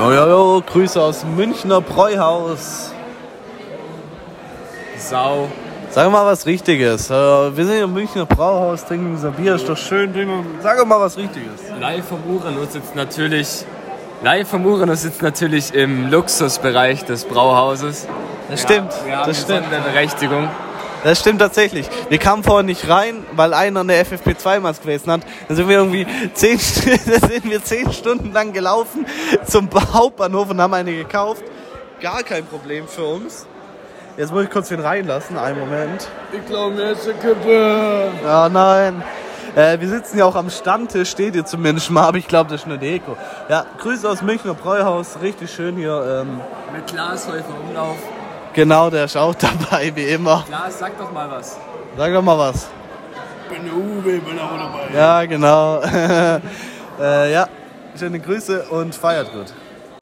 Jo, jo, jo, Grüße aus dem Münchner Bräuhaus. Sau. Sag mal was Richtiges. Äh, Wir sind im Münchner Brauhaus, trinken unser Bier, ist doch schön. Trinken. Sag mal was Richtiges. Live vom Uranus sitzt natürlich. Live vom Uranus sitzt natürlich im Luxusbereich des Brauhauses. Das stimmt, Ja, wir haben das stimmt. eine Berechtigung. Das stimmt tatsächlich. Wir kamen vorhin nicht rein, weil einer eine FFP2-Maske gewesen hat. Dann sind wir irgendwie zehn, dann sind wir zehn Stunden lang gelaufen zum Hauptbahnhof und haben eine gekauft. Gar kein Problem für uns. Jetzt muss ich kurz den reinlassen, einen Moment. Ich glaube mir ist eine Kippe. Ja, nein. Äh, wir sitzen ja auch am Stammtisch, steht hier zumindest mal, aber ich glaube, das ist eine Deko. Ja, Grüße aus Münchner Bräuhaus, richtig schön hier. Ähm, Mit Glas heute Umlauf. genau, der ist auch dabei, wie immer. Glas, sag doch mal was. Sag doch mal was. Bin Uwe, bin auch dabei. Ja, genau. äh, ja, schöne Grüße und feiert gut.